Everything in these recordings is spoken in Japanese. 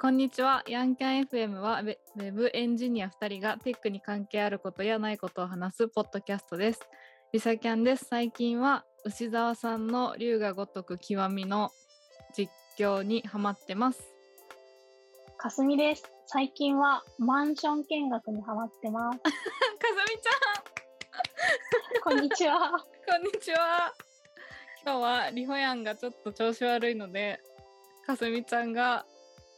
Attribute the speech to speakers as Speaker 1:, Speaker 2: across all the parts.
Speaker 1: こんにちは。ヤンキャン FM はウェウェブエンジニア2人がテックに関係あることやないことを話すポッドキャストです。リサキャンです。最近は牛沢さんの龍が如く極みの実況にハマってます。
Speaker 2: かすみです。最近はマンション見学にハマってます。
Speaker 1: かずみち
Speaker 2: こんにちは。
Speaker 1: ゃん、こんにちは。今日はリホヤンがちょっと調子悪いので、かすみちゃんが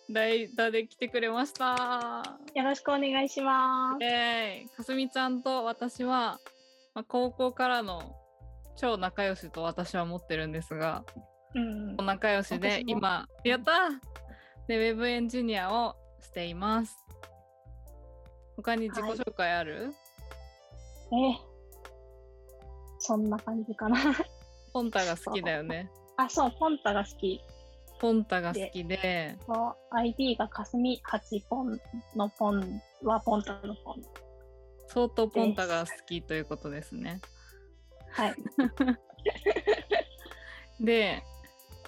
Speaker 1: 代打で来てくれました。
Speaker 2: よろしくお願いします。
Speaker 1: えー、かすみちゃんと私は、まあ、高校からの超仲良しと私は思ってるんですが
Speaker 2: うん。
Speaker 1: 仲良しで
Speaker 2: 私も
Speaker 1: 今やったーでウェブエンジニアをしています他に自己紹介ある、
Speaker 2: え、そんな感じかな。
Speaker 1: ポンタが好きだよね
Speaker 2: あ、そう、ポンタが好き。
Speaker 1: ポンタが好きで
Speaker 2: そう ID がかすみ8ポンのポンはポンタのポン。
Speaker 1: 相当ポンタが好きということですね
Speaker 2: はい。
Speaker 1: で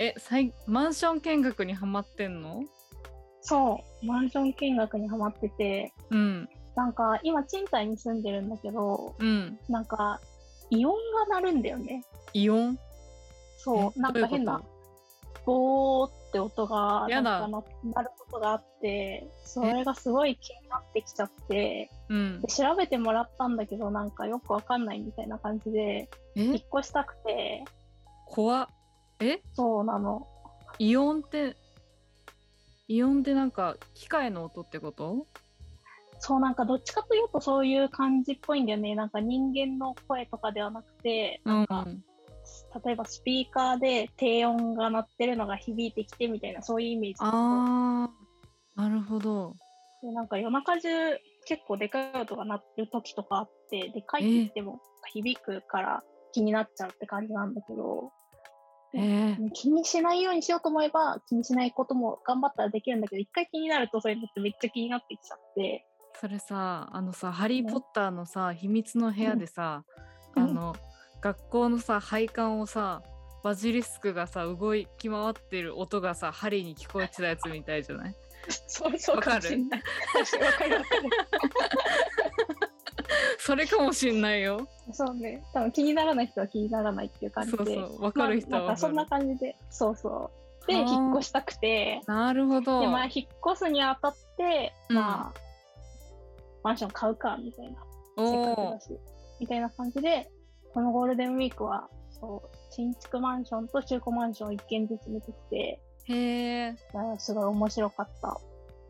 Speaker 1: え最マンション見学にハマってんの
Speaker 2: そう、マンション見学にハマってて、
Speaker 1: うん
Speaker 2: なんか今賃貸に住んでるんだけど、
Speaker 1: うん
Speaker 2: なんか、異音が鳴るんだよね。
Speaker 1: イオン
Speaker 2: そう、
Speaker 1: え
Speaker 2: なん
Speaker 1: どういうこ
Speaker 2: か
Speaker 1: と
Speaker 2: 変な、ボーって音が、
Speaker 1: やだ
Speaker 2: なんかなることがあって、それがすごい気になってきちゃって、
Speaker 1: うん
Speaker 2: で調べてもらったんだけど、なんかよくわかんないみたいな感じで、
Speaker 1: え
Speaker 2: 引っ越したくて、
Speaker 1: 怖っえ
Speaker 2: そうなの。
Speaker 1: イオンって、イオンってなんか機械の音ってこと
Speaker 2: そう、なんかどっちかというとそういう感じっぽいんだよね。なんか人間の声とかではなくて、
Speaker 1: うん。
Speaker 2: 例えばスピーカーで低音が鳴ってるのが響いてきてみたいな、そういうイメージ。
Speaker 1: あー、なるほど。
Speaker 2: でなんか夜中中結構でかい音が鳴ってる時とかあってでかいって言っても響くから気になっちゃうって感じなんだけど、
Speaker 1: えー、
Speaker 2: 気にしないようにしようと思えば気にしないことも頑張ったらできるんだけど一回気になるとそれにってめっちゃ気になってきちゃって
Speaker 1: それさ、あのさ、ハリー・ポッターのさ、秘密の部屋でさ、
Speaker 2: うん
Speaker 1: あの、学校のさ、配管をさ、バジリスクがさ、動き回ってる音がさ、ハリーに聞こえてたやつみたいじゃ ない
Speaker 2: そうそう
Speaker 1: わかる
Speaker 2: もしんないわかるわかる
Speaker 1: それかもしんないよ。
Speaker 2: そうね多分気にならない人は気にならないっていう感じ
Speaker 1: そ
Speaker 2: で
Speaker 1: うそう、わかる人はわ
Speaker 2: まあなんかそ
Speaker 1: か
Speaker 2: ん
Speaker 1: る
Speaker 2: な感じでそうそうで
Speaker 1: はあ
Speaker 2: 引っ越したくて
Speaker 1: なるほど。
Speaker 2: で、まあ、引っ越すにあたって、
Speaker 1: うん
Speaker 2: まあ、マンション買うか、みたいな、せっかく
Speaker 1: お
Speaker 2: だ
Speaker 1: ー
Speaker 2: し、みたいな感じで、このゴールデンウィークは、そう、新築マンションと中古マンションを一軒ずつ見てきて、
Speaker 1: へー。
Speaker 2: あーすごい面白かった。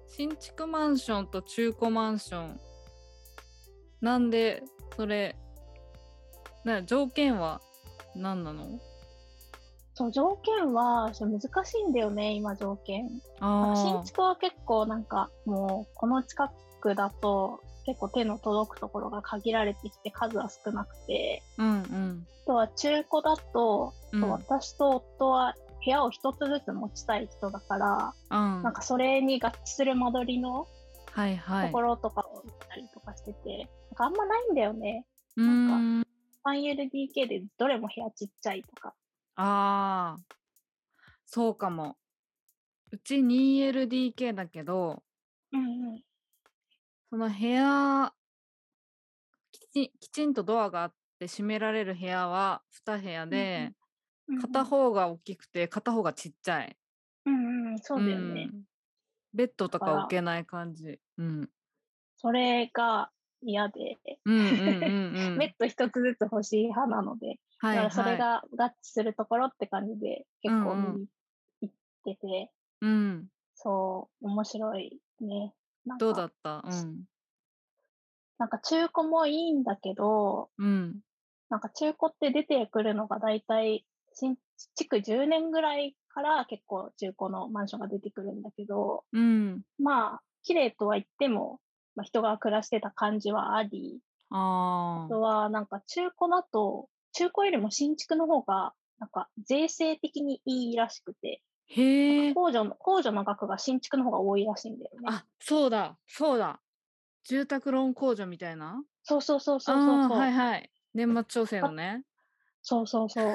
Speaker 1: 新築マンションと中古マンションなんでそれな条件は何なの
Speaker 2: そう、条件は、そう難しいんだよね、今条件。なんか
Speaker 1: あ
Speaker 2: 新築は結構なんか、もう、この近くだと、結構手の届くところが限られてきて数は少なくて、
Speaker 1: あうんうん
Speaker 2: あとは中古だと、
Speaker 1: うんうん
Speaker 2: 私と夫は部屋を一つずつ持ちたい人だから、なん
Speaker 1: は
Speaker 2: かそれに合致する間取りの
Speaker 1: いは
Speaker 2: と
Speaker 1: い
Speaker 2: ころとかを見たりとかしてて、なんかあんまないんだよね。
Speaker 1: うーん
Speaker 2: 3LDK でどれも部屋ちっちゃいとか。
Speaker 1: ああそうかもうち 2LDK だけど
Speaker 2: うんうん。
Speaker 1: その部屋きちきちんとドアがあって閉められる部屋は2部屋で、片。方が大きくて片方がちっちゃい
Speaker 2: うんうん、そうだよね。
Speaker 1: んベッドと
Speaker 2: だ
Speaker 1: か
Speaker 2: から
Speaker 1: 置けない感じ。 うん。
Speaker 2: それが嫌で、
Speaker 1: うんうんうんうん。
Speaker 2: ベッド一つずつ欲しい派なので、
Speaker 1: はいは
Speaker 2: だ
Speaker 1: い、
Speaker 2: からそれが合致するところって感じで結構
Speaker 1: うんうん
Speaker 2: 見に行ってて、
Speaker 1: うん。
Speaker 2: そう、面白いね。なんか
Speaker 1: どうだったうん。
Speaker 2: なんか中古もいいんだけど、
Speaker 1: うん。
Speaker 2: なんか中古って出てくるのが大体、新築10年ぐらいから結構中古のマンションが出てくるんだけど、
Speaker 1: うん。
Speaker 2: まあ、綺麗とは言っても、まあ、人が暮らしてた感じはあり、
Speaker 1: あ
Speaker 2: あ
Speaker 1: あ。
Speaker 2: とはなんか中古だと、中古よりも新築の方が、なんか税制的にいいらしくて、
Speaker 1: へえ。
Speaker 2: 控除の、控除の額が新築の方が多いらしいんだよね。
Speaker 1: あ、そうだ。そうだ。住宅ローン控除みたいな
Speaker 2: そうそうそうそうそう
Speaker 1: あ
Speaker 2: そ
Speaker 1: ー
Speaker 2: う。
Speaker 1: はいはい。年末調整のね。
Speaker 2: そうそうそう。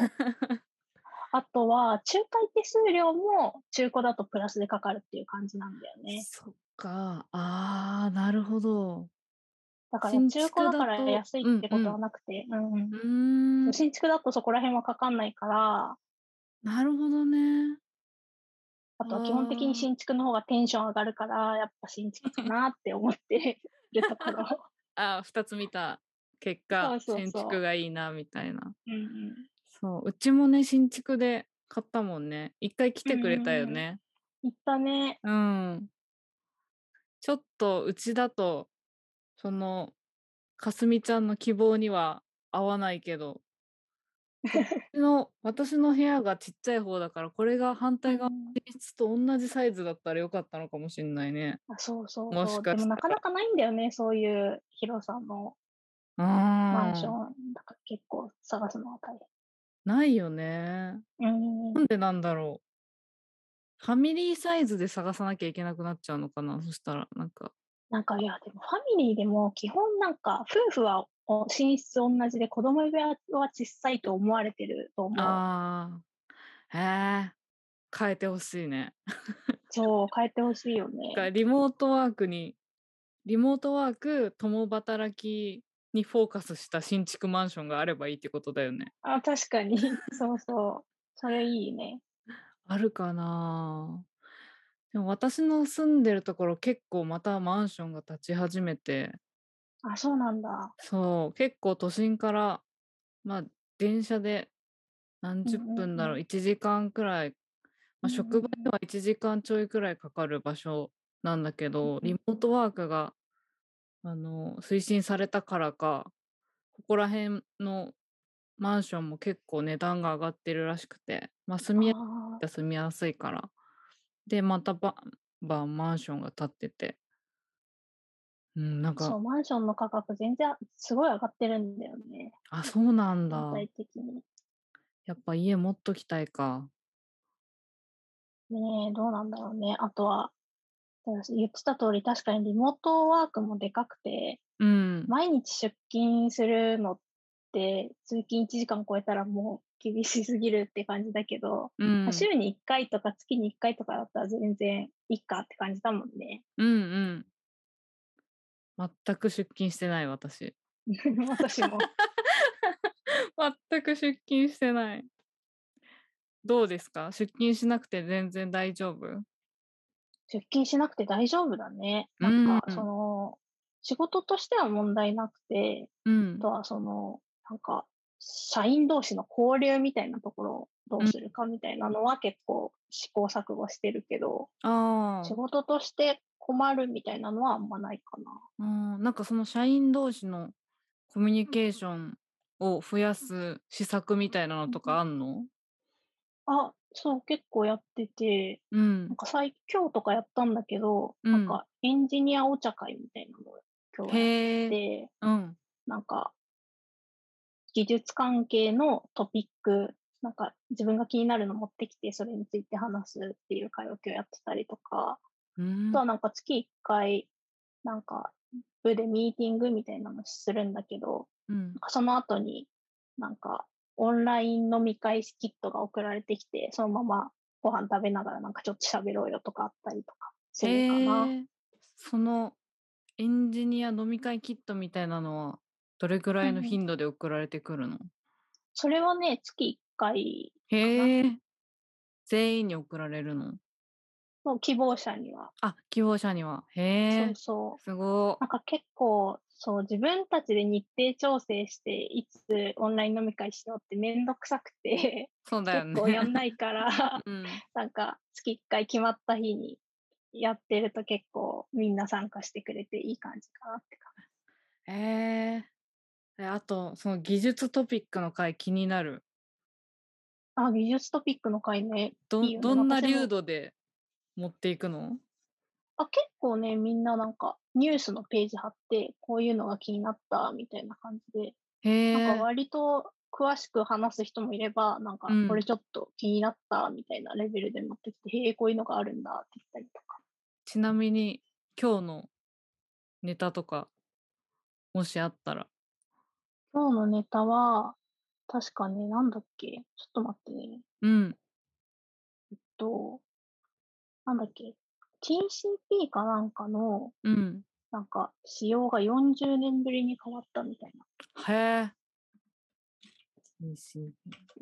Speaker 2: あとは、仲介手数料も中古だとプラスでかかるっていう感じなんだよね。
Speaker 1: そっか。ああ、なるほど。
Speaker 2: だから
Speaker 1: 新
Speaker 2: 中
Speaker 1: 築
Speaker 2: 古だ
Speaker 1: だ
Speaker 2: から
Speaker 1: と
Speaker 2: 安いってことはなくて、うん
Speaker 1: うーん
Speaker 2: うん。。新築だとそこら辺はかかんないから、
Speaker 1: なるほどね。
Speaker 2: あとは基本的に新築の方がテンション上がるから、やっぱ新築かなって思って るところ。
Speaker 1: ああ、2つ見た結果、
Speaker 2: そうそう
Speaker 1: 新
Speaker 2: そう
Speaker 1: 築がいいな、みたいな。
Speaker 2: うんうん、
Speaker 1: そう。うちもね、新築で買ったもんね。一回来てくれたよ
Speaker 2: うんうんうん
Speaker 1: ね。
Speaker 2: 行ったね。
Speaker 1: うん。ちょっとうちだと、その、かすみちゃんの希望には合わないけど、こっちの私の部屋がちっちゃい方だから、これが反対側の
Speaker 2: うん
Speaker 1: 寝室と同じサイズだったらよかったのかもしれないね。
Speaker 2: あそうそうそう
Speaker 1: もしか
Speaker 2: でも
Speaker 1: した
Speaker 2: なかなかないんだよね、そういう広さの
Speaker 1: うん。
Speaker 2: マン
Speaker 1: な
Speaker 2: ション。だから結構探すのは大
Speaker 1: いよね。
Speaker 2: 変。うん
Speaker 1: なんでなんだろう。ファミリーサイズで探さなきゃいけなくなっちゃうのかなそしたら、なんか。
Speaker 2: なんかいや、でもファミリーでも基本なんか夫婦はお寝室同じで子供部屋は小さいと思われてると思う。
Speaker 1: ああ。へえ。変えてほしいね。
Speaker 2: そう、変えてほしいよ
Speaker 1: が
Speaker 2: ね。
Speaker 1: リモートワークにリモートワーク共働きにフォーカスした新築マンションがあればいいってことだよね。
Speaker 2: あ確かに。 そうそう。それいいね。
Speaker 1: あるかなでも私の住んでるところ結構またマンションが建ち始めて
Speaker 2: あ、そうなんだ。
Speaker 1: そう結構都心からまあ電車で何十
Speaker 2: うんうんうん
Speaker 1: 分だろう1時間くらい、まあ、
Speaker 2: うんうん
Speaker 1: 職場では1時間ちょいくらいかかる場所なんだけどリモートワークがあの推進されたからかここら辺のマンションも結構値段が上がってるらしくて、まあ、住みや
Speaker 2: あー
Speaker 1: が住みやすいから。で、またバンバンマンションが建ってて。うん、なん
Speaker 2: そ
Speaker 1: か
Speaker 2: う、、マンションの価格全然すごい上がってるんだよね。
Speaker 1: あ、そうなんだ
Speaker 2: 全。体的に。
Speaker 1: やっぱ家持っときたいか。
Speaker 2: ねえ、どうなんだろうね。あとは、私言ってた通り、確かにリモートワークもでかくて、
Speaker 1: うん。
Speaker 2: 毎日出勤するのって、通勤1時間超えたらもう厳しすぎるって感じだけど、
Speaker 1: うん、
Speaker 2: 週に1回とか月に1回とかだったら全然いいかって感じだもんね。
Speaker 1: うん、うん。全く出勤してない私。
Speaker 2: 私も。
Speaker 1: 全く出勤してない。どうですか出勤しなくて全然大丈夫
Speaker 2: 出勤しなくて大丈夫だね。
Speaker 1: う
Speaker 2: なんんか、その、仕事としては問題なくて、
Speaker 1: うん
Speaker 2: あと。はその、なんか、社員同士の交流みたいなところをどうするかみたいなのは結構試行錯誤してるけど、
Speaker 1: ああ
Speaker 2: 仕。事として困るみたいなのはあんまないかな。
Speaker 1: あーなんかその社員同士のコミュニケーションを増やす施策みたいなのとかあんの
Speaker 2: あ、そう、結構やってて、
Speaker 1: うん
Speaker 2: なん。か最今日とかやったんだけど、
Speaker 1: うん
Speaker 2: なんかエンジニアお茶会みたいなのを今日や
Speaker 1: へ
Speaker 2: っ
Speaker 1: え。
Speaker 2: て、
Speaker 1: うん。
Speaker 2: なんか、技術関係のトピック、なんか自分が気になるの持ってきて、それについて話すっていう会を今日やってたりとか、
Speaker 1: うん
Speaker 2: あとはなんか月1回、なんか部でミーティングみたいなのするんだけど、
Speaker 1: うん。
Speaker 2: その後になんかオンライン飲み会キットが送られてきて、そのままご飯食べながらなんかちょっと喋ろうよとかあったりとかするかな。
Speaker 1: へーそのエンジニア飲み会キットみたいなのはどれぐらいの
Speaker 2: うんうん
Speaker 1: 頻度で送られてくるの、
Speaker 2: それはね、月1回
Speaker 1: へえ。全員に送られるの
Speaker 2: の希望者には。
Speaker 1: あ、希望者には。へ
Speaker 2: そ
Speaker 1: え
Speaker 2: う。そう。
Speaker 1: すご
Speaker 2: なんか結構、そう、自分たちで日程調整して、いつオンライン飲み会しようってめんどくさくて、
Speaker 1: い。そうだよ
Speaker 2: 結構やん
Speaker 1: ね。
Speaker 2: ないから、
Speaker 1: うん。
Speaker 2: なんか月1回決まった日にやってると結構みんな参加してくれていい感じかなって感じ。
Speaker 1: へえ。えあと、その技術トピックの回気になる。
Speaker 2: あ、技術トピックの回ね。
Speaker 1: ど
Speaker 2: いいよね
Speaker 1: どんな
Speaker 2: 私も
Speaker 1: 流度で持っていくの
Speaker 2: あ、結構ね、みんななんかニュースのページ貼って、こういうのが気になったみたいな感じで、
Speaker 1: へ
Speaker 2: なん
Speaker 1: え
Speaker 2: か。割と詳しく話す人もいれば、なんか
Speaker 1: うん
Speaker 2: これちょっと気になったみたいなレベルで持ってきて、へえ、こういうのがあるんだって言ったりとか。
Speaker 1: ちなみに今日のネタとかもしあったら。
Speaker 2: 今日のネタは、確かね、なんだっけ。ちょっと待ってね。
Speaker 1: うん。
Speaker 2: えっと、なんだっけ。TCP かなんかの、
Speaker 1: うん。
Speaker 2: なんか、仕様が40年ぶりに変わったみたいな。
Speaker 1: へえ。TCP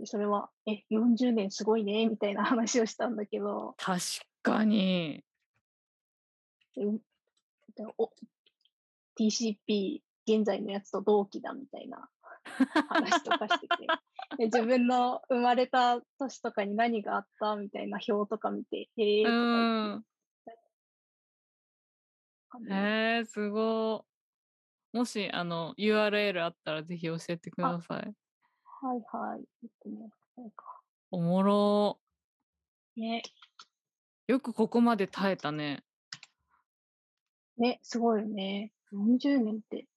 Speaker 2: それは、え、40年すごいね、みたいな 話をしたんだけど、
Speaker 1: 確かに。
Speaker 2: うんでお TCP 現在のやつと同期だみたいな 話とかしててで自分の生まれた年とかに何があったみたいな表とか見て、へえ
Speaker 1: う
Speaker 2: とか言っ
Speaker 1: ん。
Speaker 2: てたね
Speaker 1: へえ、すごい。もし、あの、URL あったらぜひ教えてください。
Speaker 2: はいはい。えっとねなんか
Speaker 1: おもろ
Speaker 2: ね、
Speaker 1: ー。よくここまで耐えたね。
Speaker 2: ね、すごいよね。40年って。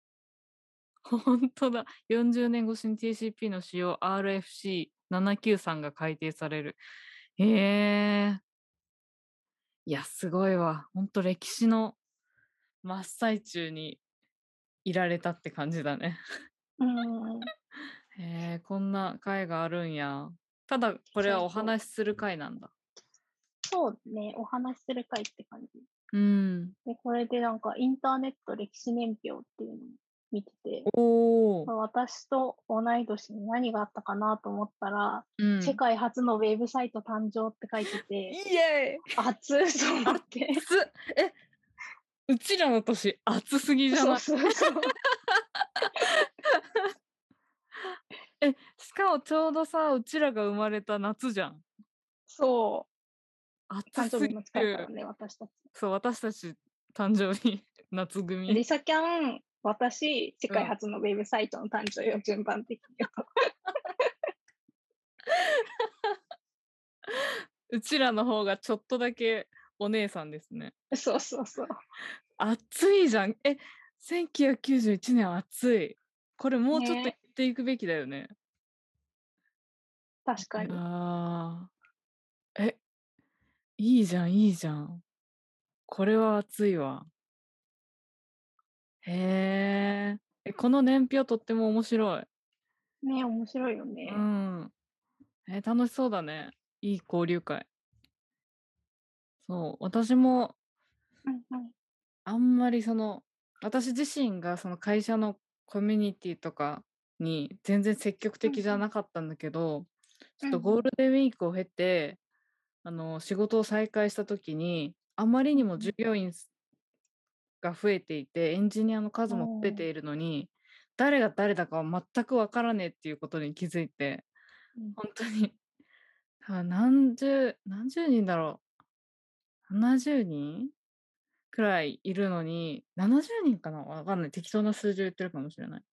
Speaker 1: 本当だ。40年越しに TCP の使用 RFC793 が改定される。へえ。いや、すごいわ。本当歴史の真っ最中にいられたって感じだね。
Speaker 2: うん。
Speaker 1: へえ、こんな回があるんや。ただ、これはお
Speaker 2: そうそう
Speaker 1: 話しする回なんだ。
Speaker 2: そうね、お話しする会って感じ。
Speaker 1: うん。
Speaker 2: で、これでなんかインターネット歴史年表っていうのを見てて、
Speaker 1: お
Speaker 2: ま
Speaker 1: お。
Speaker 2: あ私と同い年に何があったかなと思ったら、
Speaker 1: うん、
Speaker 2: 世界初のウェブサイト誕生って書いてて、
Speaker 1: イエ
Speaker 2: 熱い と思って
Speaker 1: ー。イ熱っえうちらの年熱す ぎじゃ
Speaker 2: そ
Speaker 1: な
Speaker 2: う
Speaker 1: い
Speaker 2: そうそう。
Speaker 1: えしかもちょうどさうちらが生まれた夏じゃん
Speaker 2: そ
Speaker 1: 暑
Speaker 2: う。誕
Speaker 1: すぎ
Speaker 2: 生日も近いから
Speaker 1: る
Speaker 2: ね、私たち。
Speaker 1: そう私たち誕生日 夏組
Speaker 2: リサキャン、私、世界初のウェブサイトの誕生日を順番的に 言うと。
Speaker 1: うちらの方がちょっとだけお姉さんですね
Speaker 2: そうそうそう。
Speaker 1: 暑いじゃんえ1991年暑いこれもうちょっと言っ
Speaker 2: ね
Speaker 1: ていくべきだよね
Speaker 2: 確かに。
Speaker 1: あーえいいじゃんいいじゃんこれは熱いわへーえこの年表とっても面白い、
Speaker 2: ね、面白いよね。
Speaker 1: うんえ楽しそうだねいい交流会そう私も
Speaker 2: うんうん
Speaker 1: あんまりその私自身がその会社のコミュニティとかに全然積極的じゃなかったんだけど、ちょっと
Speaker 2: うん
Speaker 1: ゴールデンウィークを経て、あの仕事を再開した時にあまりに
Speaker 2: う
Speaker 1: も
Speaker 2: ん
Speaker 1: 従業員すが増えていてエンジニアの数も増え
Speaker 2: おー
Speaker 1: ているのに誰が誰だかは全くわからねえっていうことに気づいて
Speaker 2: うん
Speaker 1: 本当に あ何十何十人だろう70人くらいいるのに70人かなわかんない適当な数字を言ってるかもしれない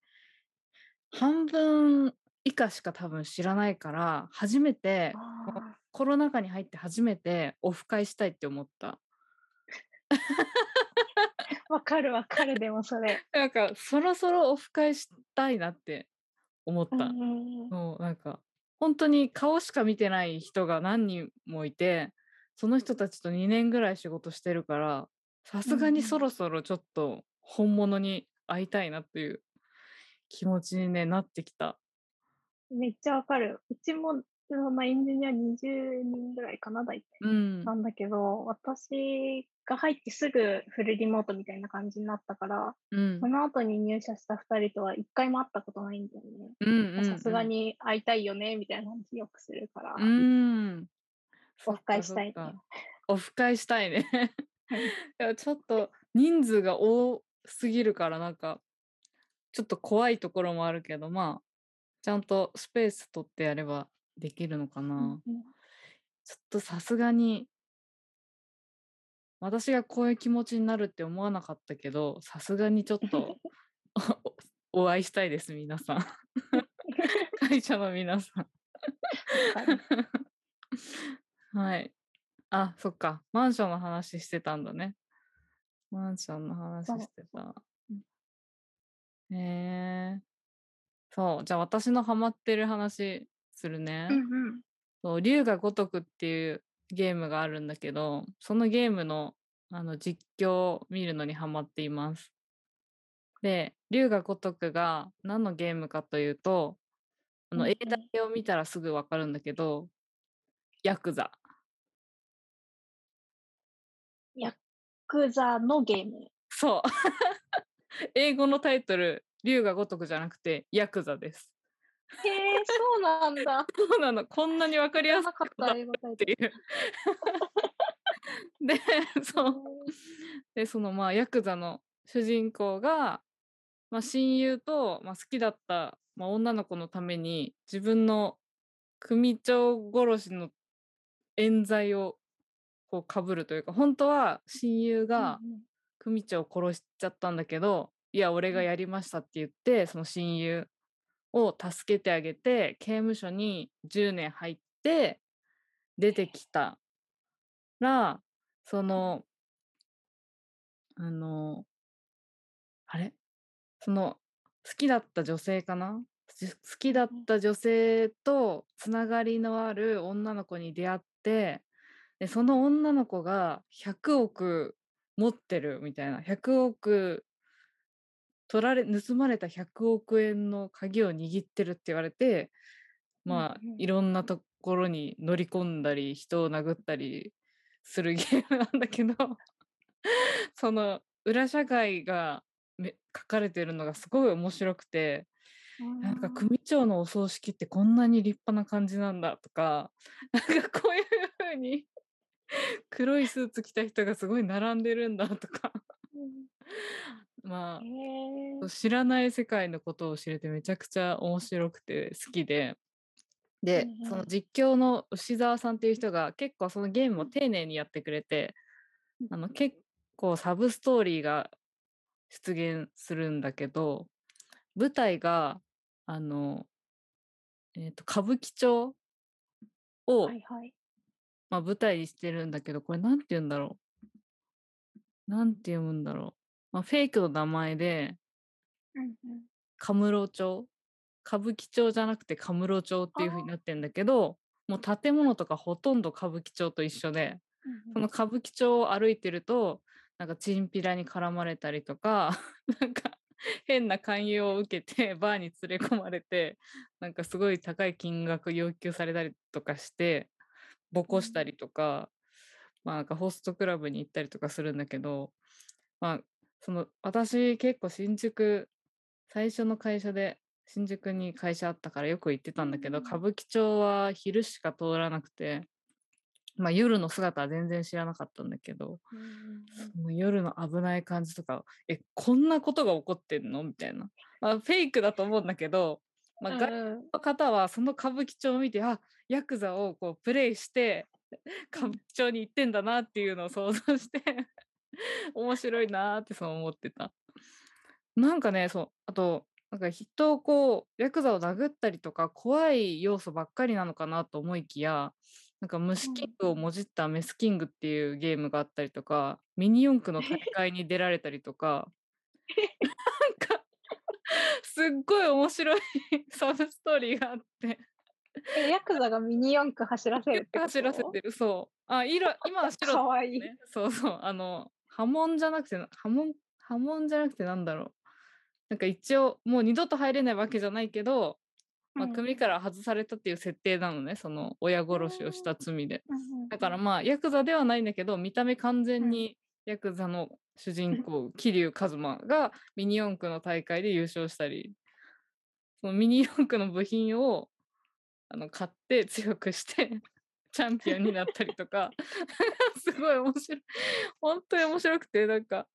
Speaker 1: 半分以下しか多分知らないから初めて
Speaker 2: あ
Speaker 1: コロナ禍に入って初めてオフ会したいって思った
Speaker 2: ーわかるわかる、でもそれ。
Speaker 1: なんかそろそろオフ会したいなって思っ
Speaker 2: う
Speaker 1: た、
Speaker 2: んうんうん
Speaker 1: もうなんか本当に顔しか見てない人が何人もいてその人たちと2年ぐらい仕事してるからさすがに
Speaker 2: うんうん
Speaker 1: そろそろちょっと本物に会いたいなという気持ちに、ね、なってきた。
Speaker 2: めっちゃわかる。うちも、そのエンジニア20人ぐらいかな、大体。
Speaker 1: うん
Speaker 2: なんだけど、私が入ってすぐフルリモートみたいな感じになったから、
Speaker 1: うん
Speaker 2: その後に入社した2人とは一回も会ったことないんだよね。
Speaker 1: うんうん
Speaker 2: さすが
Speaker 1: うん
Speaker 2: に会いたいよね、みたいな話よくするから。
Speaker 1: うん。
Speaker 2: オフ会したい
Speaker 1: そっ
Speaker 2: ね
Speaker 1: かそっか。オフ会した いね。いやちょっと人数が多すぎるからなんかちょっと怖いところもあるけどまあちゃんとスペース取ってやればできるのかな。
Speaker 2: うんうん
Speaker 1: ちょっとさすがに私がこういう気持ちになるって思わなかったけどさすがにちょっ とおお 会いしたいです皆さん会社の皆さん
Speaker 2: わかる
Speaker 1: はい。あ、そっか。マンションの話してたんだね。マンションの話
Speaker 2: そう
Speaker 1: してた。へえそう。じゃあ私のハマってる話するね。
Speaker 2: うんうん
Speaker 1: そう竜が如くっていうゲームがあるんだけど、そのゲームのあの実況を見るのにハマっています。で龍が如くが何のゲームかというとあ
Speaker 2: う
Speaker 1: の
Speaker 2: んうん
Speaker 1: 英題を見たらすぐわかるんだけどヤクザ
Speaker 2: ヤクザのゲーム。
Speaker 1: そう 英語のタイトル龍が如くじゃなくてヤクザです
Speaker 2: へえ、そうなん だ。
Speaker 1: そうなのこんなにわかりやす
Speaker 2: な
Speaker 1: く
Speaker 2: かった英語タイ
Speaker 1: っ
Speaker 2: ト
Speaker 1: て
Speaker 2: ル。
Speaker 1: いう でそうでそのまあヤクザの主人公が、まあ、親友と、まあ、好きだった、まあ、女の子のために自分の組長殺しの冤罪をこうかぶるというか本当は親友が
Speaker 2: うんうん
Speaker 1: 組長を殺しちゃったんだけど、いや俺がやりましたって言ってその親友を助けてあげて刑務所に10年入って出てきたらそのあのあれその好きだった女性かなじ好きだった女性とつながりのある女の子に出会ってでその女の子が100億持ってるみたいな100億取られ盗まれた100億円の鍵を握ってるって言われてまあ、
Speaker 2: うんうん
Speaker 1: いろんなところに乗り込んだり人を殴ったりするゲームなんだけど その裏社会がめ書かれてるのがすごい面白くてなんか組長のお葬式ってこんなに立派な感じなんだとか なんかこういう風に黒いスーツ着た人がすごい並んでるんだとか ま
Speaker 2: へ
Speaker 1: あ
Speaker 2: え
Speaker 1: そう知らない世界のことを知れてめちゃくちゃ面白くて好きで。で
Speaker 2: うんうん
Speaker 1: その実況の牛沢さんっていう人が結構そのゲームを丁寧にやってくれてあの結構サブストーリーが出現するんだけど舞台があの、えー、と歌舞伎町を、
Speaker 2: はいはい。
Speaker 1: まあ、舞台にしてるんだけどこれなんて言うんだろうなんて読むんだろう、まあ、フェイクの名前で
Speaker 2: うんうん
Speaker 1: カムロ町歌舞伎町じゃなくてカムロ町っていう風になってんだけどもう建物とかほとんど歌舞伎町と一緒で
Speaker 2: うん
Speaker 1: その歌舞伎町を歩いてるとなんかチンピラに絡まれたりとか なんか変な勧誘を受けてバーに連れ込まれてなんかすごい高い金額要求されたりとかしてボコしたりとか、まあなんかホストクラブに行ったりとかするんだけどまあその私結構新宿最初の会社で新宿に会社あったからよく行ってたんだけど、
Speaker 2: うん
Speaker 1: 歌舞伎町は昼しか通らなくてまあ夜の姿は全然知らなかったんだけど、
Speaker 2: うんうん
Speaker 1: その夜の危ない感じとかえこんなことが起こってんのみたいな、まあ、フェイクだと思うんだけど、まあ、外国
Speaker 2: うんうん
Speaker 1: の方はその歌舞伎町を見てあヤクザをこうプレイして歌舞伎町に行ってんだなっていうのを想像して 面白いなーってそう思ってた。なんかねそうあとなんか人をこうヤクザを殴ったりとか怖い要素ばっかりなのかなと思いきやなんか虫キングをもじったメスキングっていうゲームがあったりとかミニ四駆の大会に出られたりとかなんかすっごい面白い サブストーリーがあって
Speaker 2: えヤクザがミニ四駆走らせるってこと
Speaker 1: 走らせてるそうあいろ今は白
Speaker 2: かわいい。
Speaker 1: ね、そうそうあの波紋じゃなくてな波紋波紋じゃなくてなんだろうなんか一応もう二度と入れないわけじゃないけど、まあ、
Speaker 2: うん
Speaker 1: 組から外されたっていう設定なのねその親殺しをした罪で
Speaker 2: うんうん
Speaker 1: だからまあヤクザではないんだけど見た目完
Speaker 2: う
Speaker 1: 全
Speaker 2: ん
Speaker 1: にヤクザの主人公桐生一馬がミニ四駆の大会で優勝したりそのミニ四駆の部品をあの買って強くしてチャンピオンになったりとか すごい面白い本当に面白くてなんか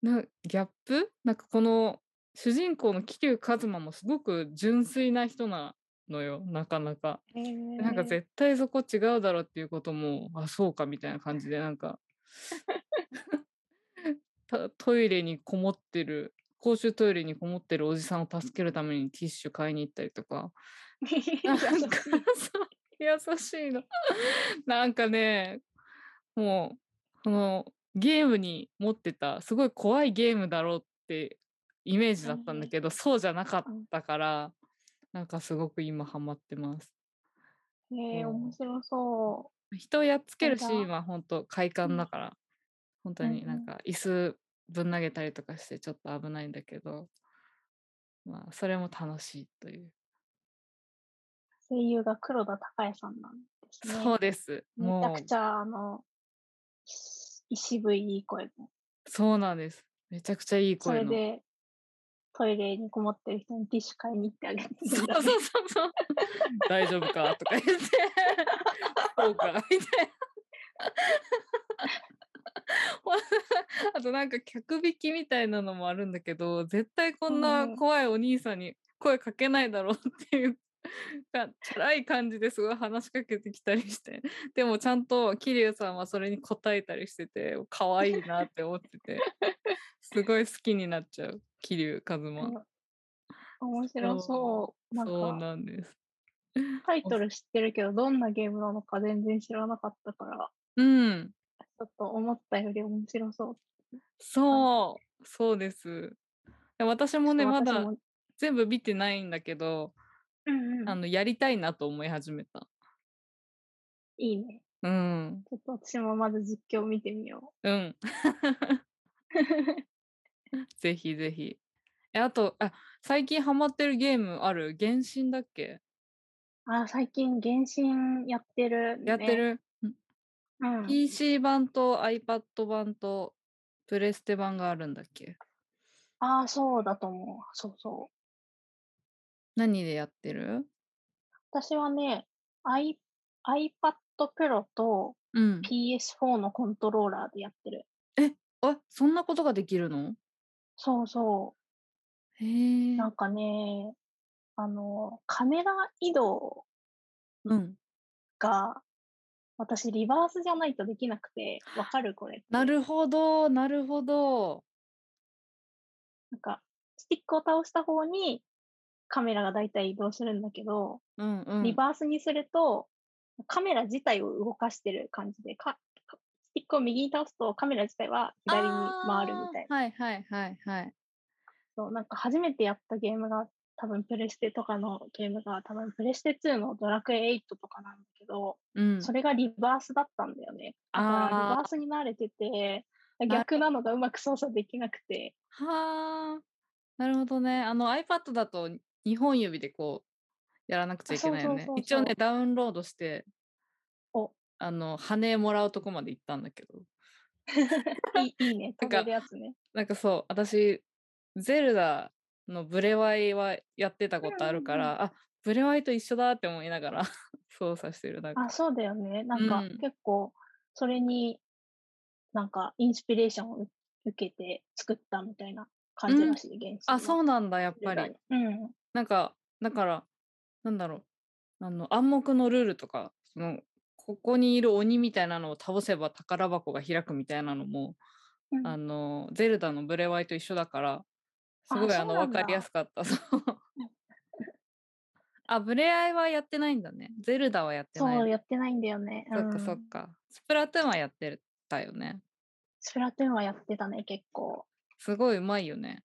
Speaker 1: なギャップなんかこの主人公の桐生一馬もすごく純粋な人なのよなかなか。
Speaker 2: へえ
Speaker 1: なんか絶対そこ違うだろうっていうこともあそうかみたいな感じでなんかたトイレにこもってる公衆トイレにこもってるおじさんを助けるためにティッシュ買いに行ったりとかなんか
Speaker 2: 優し
Speaker 1: そ
Speaker 2: い
Speaker 1: う優しいの なんかねもうこのゲームに持ってたすごい怖いゲームだろうってイメージだったんだけど、そうじゃなかったからなんかすごく今ハマってます。
Speaker 2: へえ面白そ
Speaker 1: 人をやっつけるシ
Speaker 2: なんか
Speaker 1: ーンは本当快感だから、本当になんか椅子ぶん投げたりとかしてちょっと危ないんだけど、まあ、それも楽しいという。
Speaker 2: 声優が黒田隆也さんなんですね。
Speaker 1: そうです。
Speaker 2: めちゃ
Speaker 1: も
Speaker 2: く
Speaker 1: う
Speaker 2: ちゃ、あの、渋いいい声も。
Speaker 1: そうなんです。めちゃくちゃいい
Speaker 2: そ
Speaker 1: 声
Speaker 2: れ
Speaker 1: の。
Speaker 2: で、トイレにこもってる人にティッシュ買いに行ってあげて
Speaker 1: そう
Speaker 2: るんだ
Speaker 1: そう
Speaker 2: ね。
Speaker 1: そうそう。 大丈夫かとか言って。そうかみたいな。 あとなんか客引きみたいなのもあるんだけど絶対こんな
Speaker 2: うん
Speaker 1: 怖いお兄さんに声かけないだろうっていうかチャラい感じですごい話しかけてきたりしてでもちゃんと桐生さんはそれに答えたりしてて可愛いなって思って てすごい好きになっちゃう桐生一馬。
Speaker 2: 面白そう。なん
Speaker 1: そう
Speaker 2: か、
Speaker 1: なんです。
Speaker 2: タイトル知ってるけど、どんなゲームなのか全然知らなかったから、
Speaker 1: うん、
Speaker 2: ちょっと思ったより面白そう。
Speaker 1: そう、そうです。で私もね、ま
Speaker 2: 私
Speaker 1: だ
Speaker 2: も
Speaker 1: 全部見てないんだけど、
Speaker 2: うんうん
Speaker 1: あの、やりたいなと思い始めた。
Speaker 2: いいね。
Speaker 1: うん、
Speaker 2: ちょっと私もまず実況見てみよ
Speaker 1: うん、
Speaker 2: う。
Speaker 1: ぜひぜひ。え、あと、あ、最近ハマってるゲームある原神だっけ
Speaker 2: あ、最近、原神やってる、ね。
Speaker 1: やってる、
Speaker 2: うん。
Speaker 1: ?PC 版と iPad 版とプレステ版があるんだっけ
Speaker 2: ああ、そうだと思う。そうそう。
Speaker 1: 何でやってる
Speaker 2: 私はね、I、iPad Pro と
Speaker 1: うん。
Speaker 2: PS4 のコントローラーでやってる。
Speaker 1: あ、そんなことができるの
Speaker 2: そうそ
Speaker 1: へ
Speaker 2: う。
Speaker 1: え
Speaker 2: な。んかね、あの、カメラ移動
Speaker 1: うん。
Speaker 2: が、私、リバースじゃないとできなくて、わかるこれって。
Speaker 1: なるほど、なるほど。
Speaker 2: なんか、スティックを倒した方にカメラがだいたい移動するんだけど、
Speaker 1: うんうん。
Speaker 2: リバースにすると、カメラ自体を動かしてる感じで、かかスティックを右に倒すとカメラ自体は左に回るみたい
Speaker 1: な。
Speaker 2: な。
Speaker 1: はいはいはいはい。
Speaker 2: そうなんか初めてやったゲームが、多分プレステとかのゲームが、多分プレステ2のドラクエ8とかなんだけど、
Speaker 1: うん。
Speaker 2: それがリバースだったんだよね。だからリ
Speaker 1: あー
Speaker 2: バースに慣れてて、逆なのがうまく操作できなく て、
Speaker 1: はあ。なるほどね。あの iPad だと日本指でこうやらなくちゃいけないよね
Speaker 2: あそうそうそう。そう
Speaker 1: 一応ね、ダウンロードして、
Speaker 2: お
Speaker 1: あの、羽もらうとこまで行ったんだけど。
Speaker 2: いいいいね、
Speaker 1: な
Speaker 2: 飛
Speaker 1: んか
Speaker 2: べるやつね。
Speaker 1: なんかそう、私、ゼルダのブレワイはやってたことあるか
Speaker 2: うんう
Speaker 1: ら、あブレワイと一緒だって思いながら 操作してる。なんか
Speaker 2: あ、そうだよね。なんか
Speaker 1: うん
Speaker 2: 結構、それに、なんかインスピレーションを受けて作ったみたいな感じらしい、現
Speaker 1: あ、そううなんだ、やっぱ
Speaker 2: な
Speaker 1: り。
Speaker 2: うん。
Speaker 1: なんか、だから、なんだろう、あの、暗黙のルールとか、その、ここにいる鬼みたいなのを倒せば宝箱が開くみたいなのも、
Speaker 2: うん
Speaker 1: あの、ゼルダのブレワイと一緒だから、すごい、
Speaker 2: あ
Speaker 1: あの、
Speaker 2: そうな
Speaker 1: わ
Speaker 2: ん
Speaker 1: かりや
Speaker 2: だ
Speaker 1: すかった。そう あ、ブレワイはやってないんだね。ゼルダはやってない。
Speaker 2: そう、やってないんだよね。
Speaker 1: そっか
Speaker 2: うん
Speaker 1: そっか。スプラトゥーンはやってたよね。
Speaker 2: スプラトゥーンはやってたね、結構。
Speaker 1: すごいうまいよね。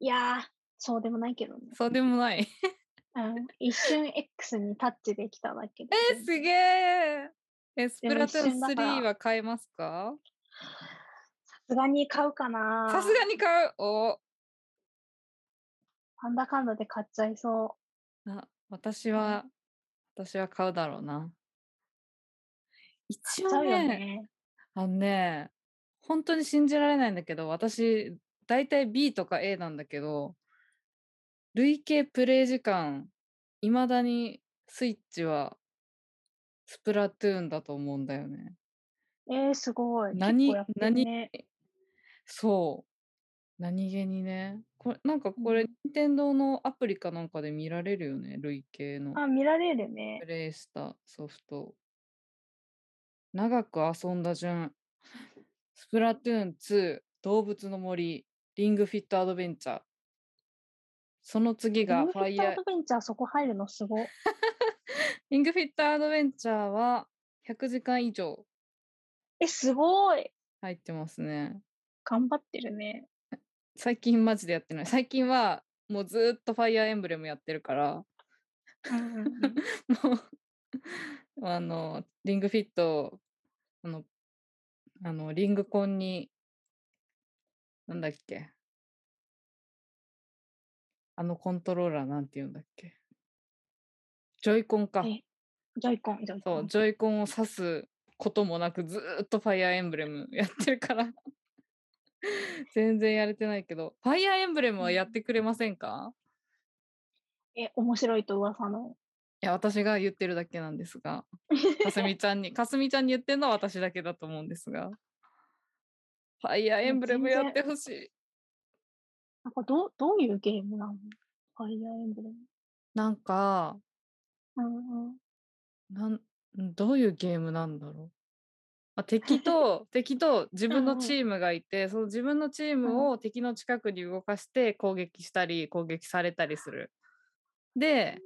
Speaker 2: いやー、そうでもないけどね。
Speaker 1: そうでもない。
Speaker 2: うん、一瞬 X にタッチできただけで。
Speaker 1: えー、すげええ、ス
Speaker 2: で
Speaker 1: プ
Speaker 2: も
Speaker 1: ラ
Speaker 2: 一
Speaker 1: トゥーン
Speaker 2: 瞬だから
Speaker 1: 3は買えますか
Speaker 2: さすがに買うかな
Speaker 1: さすがに買うお
Speaker 2: なんだかんだで買っちゃいそ
Speaker 1: あ私は、私は買うだろうな。一
Speaker 2: う。
Speaker 1: 応
Speaker 2: 買っちゃうよ
Speaker 1: ね、
Speaker 2: ね。
Speaker 1: あのね、本当に信じられないんだけど、私、大体 B とか A なんだけど、累計プレイ時間、いまだにスイッチはスプラトゥーンだと思うんだよね。
Speaker 2: えー、すごい。
Speaker 1: 何
Speaker 2: 結構やってるね
Speaker 1: そう。何気にね。これなんかこ
Speaker 2: う
Speaker 1: れ
Speaker 2: ん、
Speaker 1: 任天堂のアプリかなんかで見られるよね、累計の。
Speaker 2: あ、見られるね
Speaker 1: プ。レイしたソフト。長く遊んだ順。スプラトゥーン2、動物の森、リングフィットアドベンチャー。その次
Speaker 2: リン
Speaker 1: が
Speaker 2: グ
Speaker 1: フ
Speaker 2: フ
Speaker 1: ァ
Speaker 2: ィッ
Speaker 1: イ
Speaker 2: ト
Speaker 1: ヤ
Speaker 2: ア
Speaker 1: ー
Speaker 2: ド。ベンチャーそこ入るのすご。
Speaker 1: リングフィットアドベンチャーは100時間以上
Speaker 2: え、すごい
Speaker 1: 入ってますね。
Speaker 2: 頑張ってるね。
Speaker 1: 最近マジでやってない。最近はもうずーっとファイヤーエンブレムやってるから、
Speaker 2: うんうんうん
Speaker 1: もう あの、リングフィット、あの、あのリングコンになんだっけあのコントローラーなんて言うんだっけジョイコンか。
Speaker 2: えジョイコン、ジョイ
Speaker 1: そ
Speaker 2: コ
Speaker 1: う、
Speaker 2: ン。
Speaker 1: ジョイコンを指すこともなくずーっとファイアーエンブレムやってるから。 全然やれてないけど、ファイアーエンブレムはやってくれませんか、
Speaker 2: え、面白いと噂の。
Speaker 1: いや、私が言ってるだけなんですが、かすみちゃん に、かすみちゃんに言ってるのは私だけだと思うんですが、ファイアーエンブレムやってほしい。
Speaker 2: なんかどう、どういうゲームなのファイアーエンブレム。
Speaker 1: なんか、
Speaker 2: うんうん。
Speaker 1: なんどういうゲームなんだろう、まあ、敵 と敵と自分
Speaker 2: う
Speaker 1: の
Speaker 2: んうん
Speaker 1: チームがいてその自分のチー
Speaker 2: うん
Speaker 1: ムを敵の近くに動かして攻撃したり攻撃されたりする。で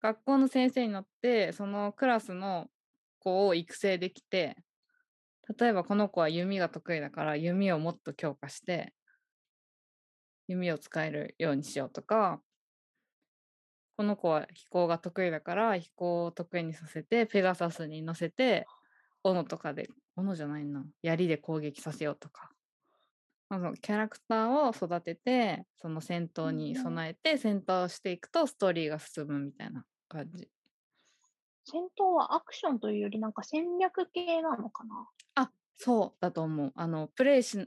Speaker 1: 学校の先生になってそのクラスの子を育成できて例えばこの子は弓が得意だから弓をもっと強化して弓を使えるようにしようとかこの子は飛行が得意だから飛行を得意にさせてペガサスに乗せて斧とかで斧じゃないな槍で攻撃させようとかまあそのキャラクターを育ててその戦闘に
Speaker 2: うんうん
Speaker 1: 備えて戦闘していくとストーリーが進むみたいな感じ
Speaker 2: 戦闘はアクションというよりなんか戦略系なのかな
Speaker 1: あそうだと思うあのプレイし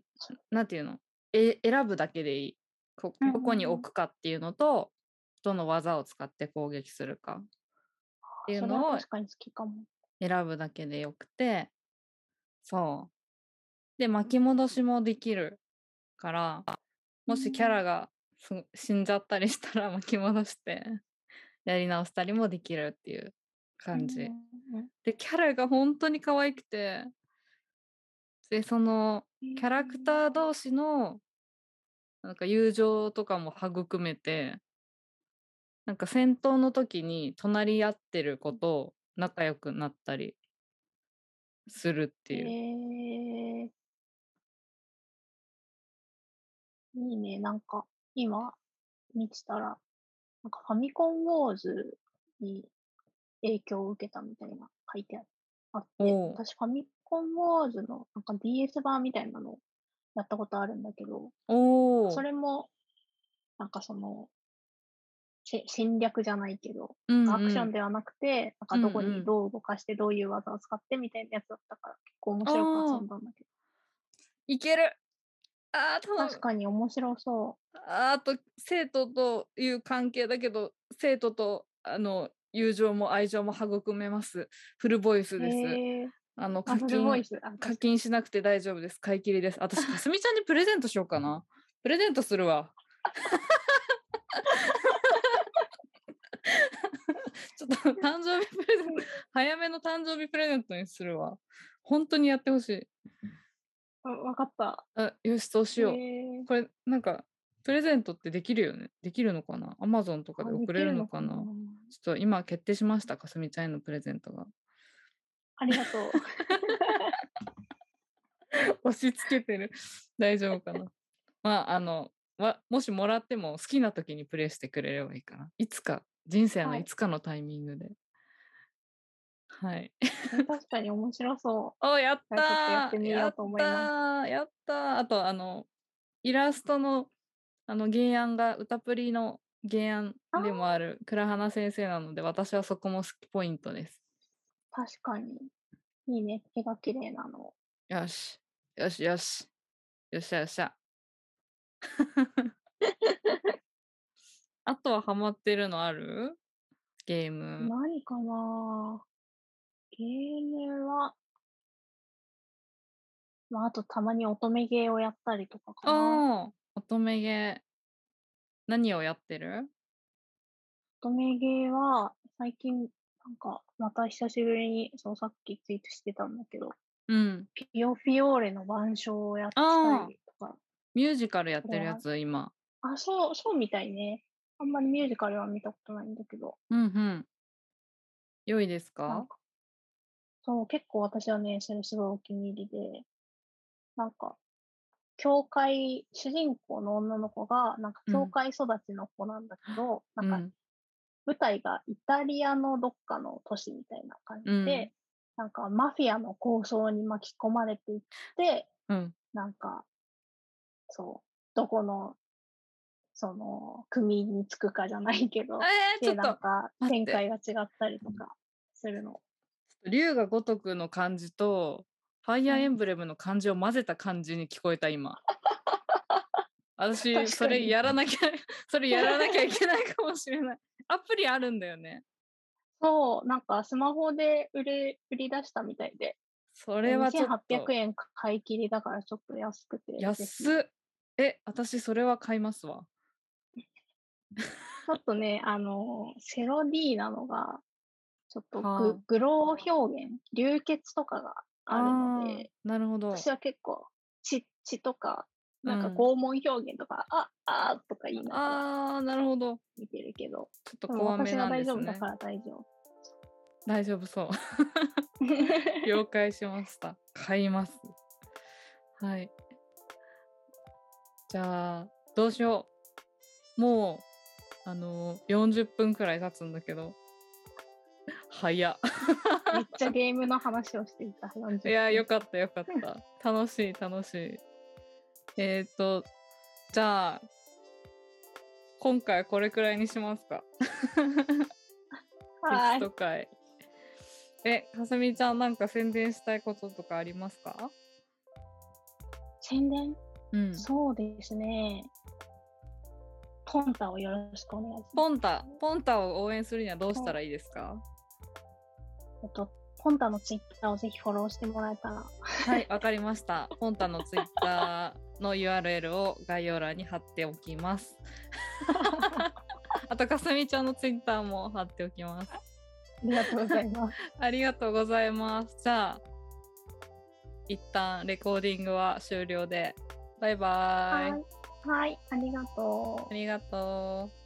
Speaker 1: なんていうのえ選ぶだけでいいこ
Speaker 2: うんうん
Speaker 1: どこに置くかっていうのとどの技を使って攻撃するかっていう
Speaker 2: それは
Speaker 1: のを
Speaker 2: 確かに好きかも。
Speaker 1: 選ぶだけでよくてそうで巻き戻しもできるからもしキャラがすご死んじゃったりしたら巻き戻して やり直したりもできるっていう感じ、
Speaker 2: うんうんうん
Speaker 1: でキャラが本当に可愛くてでそのキャラクター同士のなんか友情とかも育めてなんか戦闘の時に隣り合ってる子と仲良くなったりするっていう、
Speaker 2: へえいいね、なんか、今、見てたら、なんかファミコンウォーズに影響を受けたみたいな書いてああって、
Speaker 1: おう
Speaker 2: 私ファミコンウォーズのなんか DS 版みたいなのやったことあるんだけど、
Speaker 1: おお
Speaker 2: それも、なんかその、せ戦略じゃないけど、
Speaker 1: うん
Speaker 2: アクショ
Speaker 1: うん
Speaker 2: ンではなくて、なんかどこ
Speaker 1: うんう
Speaker 2: に
Speaker 1: ん
Speaker 2: どう動かして、どういう技を使ってみたいなやつだったから、結構面白く遊んだんだけ
Speaker 1: いけるあー
Speaker 2: ど、
Speaker 1: 頼む
Speaker 2: 確かに面白そ
Speaker 1: あーあと生徒という関係だけど生徒とあの友情も愛情も育めますフルボイス
Speaker 2: う。
Speaker 1: です、
Speaker 2: へえ。
Speaker 1: あの
Speaker 2: あ、
Speaker 1: 課
Speaker 2: フルボイ
Speaker 1: 金
Speaker 2: ス。あ
Speaker 1: 課金しなくて大丈夫です買い切りです私かすみちゃんにプレゼントしようか なプレゼントする わちょっと誕生日プレゼント早めの誕生日プレゼントにするわ本当にやってほしい
Speaker 2: あわかった。
Speaker 1: あよしそうしよう
Speaker 2: へえ
Speaker 1: これなんかプレゼントってできるよねできるのかなアマゾンとかで
Speaker 2: あで
Speaker 1: 送
Speaker 2: き
Speaker 1: れるのかなちょっと今決定しましたかすみちゃんへのプレゼントが
Speaker 2: ありがとう。
Speaker 1: 押し付けてる大丈夫かな まああのわもしもらっても好きな時にプレイしてくれればいいかないつか人生の
Speaker 2: はい
Speaker 1: いつかのタイミングではい、
Speaker 2: 確かに面白そ
Speaker 1: おやった
Speaker 2: ちょっと
Speaker 1: ー
Speaker 2: やってみようと思いま
Speaker 1: やったーやったーあとあのイラストのあの原案が歌プリの原案でもある倉花先生なので私はそこも好きポイントです
Speaker 2: う。確かに。いいね。絵が綺麗なの。
Speaker 1: よしよしよしよっしゃよっしゃ あとはハマってるのあるゲーム
Speaker 2: 何かなゲームは、まあ、あとたまに乙女ゲーをやったりとかかな。
Speaker 1: ああ乙女ゲー何をやってる
Speaker 2: 乙女ゲーは、最近、なんか、また久しぶりに、そう、さっきツイートしてたんだけど、
Speaker 1: うん
Speaker 2: ピオフィオーレの腕章をやった
Speaker 1: あー
Speaker 2: りとか。
Speaker 1: ミュージカルやっ
Speaker 2: こ
Speaker 1: て
Speaker 2: れ
Speaker 1: るや
Speaker 2: は
Speaker 1: つ今。
Speaker 2: あそう、そうみたいね。あんまりミュージカルは見たことないんだけど、
Speaker 1: うんうん。良いです
Speaker 2: な
Speaker 1: か
Speaker 2: んか、そう、結構私はね、それすごいお気に入りで、なんか、教会、主人公の女の子が、なんか、
Speaker 1: うん
Speaker 2: 教会育ちの子なんだけど、
Speaker 1: う
Speaker 2: なんか、
Speaker 1: ん。
Speaker 2: 舞台がイタリアのどっかの都市みたいな感じで、
Speaker 1: うん
Speaker 2: なんか、マフィアの構想に巻き込まれていって、
Speaker 1: うん。
Speaker 2: なんか、そう、どこの、その、組につくかじゃないけど、
Speaker 1: えー、ちょ
Speaker 2: で
Speaker 1: っと
Speaker 2: なんか
Speaker 1: 待っ
Speaker 2: 展
Speaker 1: て
Speaker 2: 開が違ったりとかするの。
Speaker 1: 龍が如くの漢字とファイアーエンブレムの漢字を混ぜた感じに聞こえた今
Speaker 2: 確か
Speaker 1: 私
Speaker 2: に
Speaker 1: それやらなきゃ それやらなきゃいけないかもしれないアプリあるんだよね
Speaker 2: そう、なんかスマホで売れ売り出したみたいで、
Speaker 1: それはちょっと
Speaker 2: 2800円買い切りだからちょっと安くて。
Speaker 1: 安
Speaker 2: ぜひ
Speaker 1: っえ私それは買いますわ
Speaker 2: ちょっとね、あの、セロ D なのが、ちょっとグ,、
Speaker 1: はあ
Speaker 2: グロー表現、流血とかがあるの
Speaker 1: あー
Speaker 2: で、
Speaker 1: なるほど
Speaker 2: 私は結構、血、血とか、なんか
Speaker 1: うん
Speaker 2: 拷問表現とか、あ、あーとか言いながら
Speaker 1: あーなるほど
Speaker 2: 見てるけど、
Speaker 1: ちょっと
Speaker 2: でも
Speaker 1: 怖め
Speaker 2: 私
Speaker 1: な
Speaker 2: が
Speaker 1: んで
Speaker 2: 大丈
Speaker 1: す
Speaker 2: 夫だ
Speaker 1: ね
Speaker 2: から大丈夫。
Speaker 1: 大丈夫そう 了解しました。買います。はい。じゃあ、どうしよう。もう、あのー、40分くらい経つんだけど。早っ。
Speaker 2: めっちゃゲームの話をしていた。40
Speaker 1: いや、
Speaker 2: 分
Speaker 1: よかった、よかった。楽しい、楽しい。えっ、ー、と、じゃあ、今回はこれくらいにしますか。
Speaker 2: は
Speaker 1: ゲス
Speaker 2: い。
Speaker 1: ト会。え、かすみちゃん、なんか宣伝したいこととかありますか
Speaker 2: 宣伝、
Speaker 1: うん
Speaker 2: そうですね。ポンタをよろしくお願いします。
Speaker 1: ポンタ、ポンタを応援するにはどうしたらいいですか
Speaker 2: えっと、ポンタのツイッターをぜひフォローしてもらえたら。
Speaker 1: はい、わかりました。ポンタのツイッターの URL を概要欄に貼っておきます。 あと、かすみちゃんのツイッターも貼っておきます。
Speaker 2: ありがとうございます。
Speaker 1: ありがとうございます。じゃあ、一旦レコーディングは終了で。バイバーイ。
Speaker 2: はい。はい、ありがとう
Speaker 1: あ。りがとう。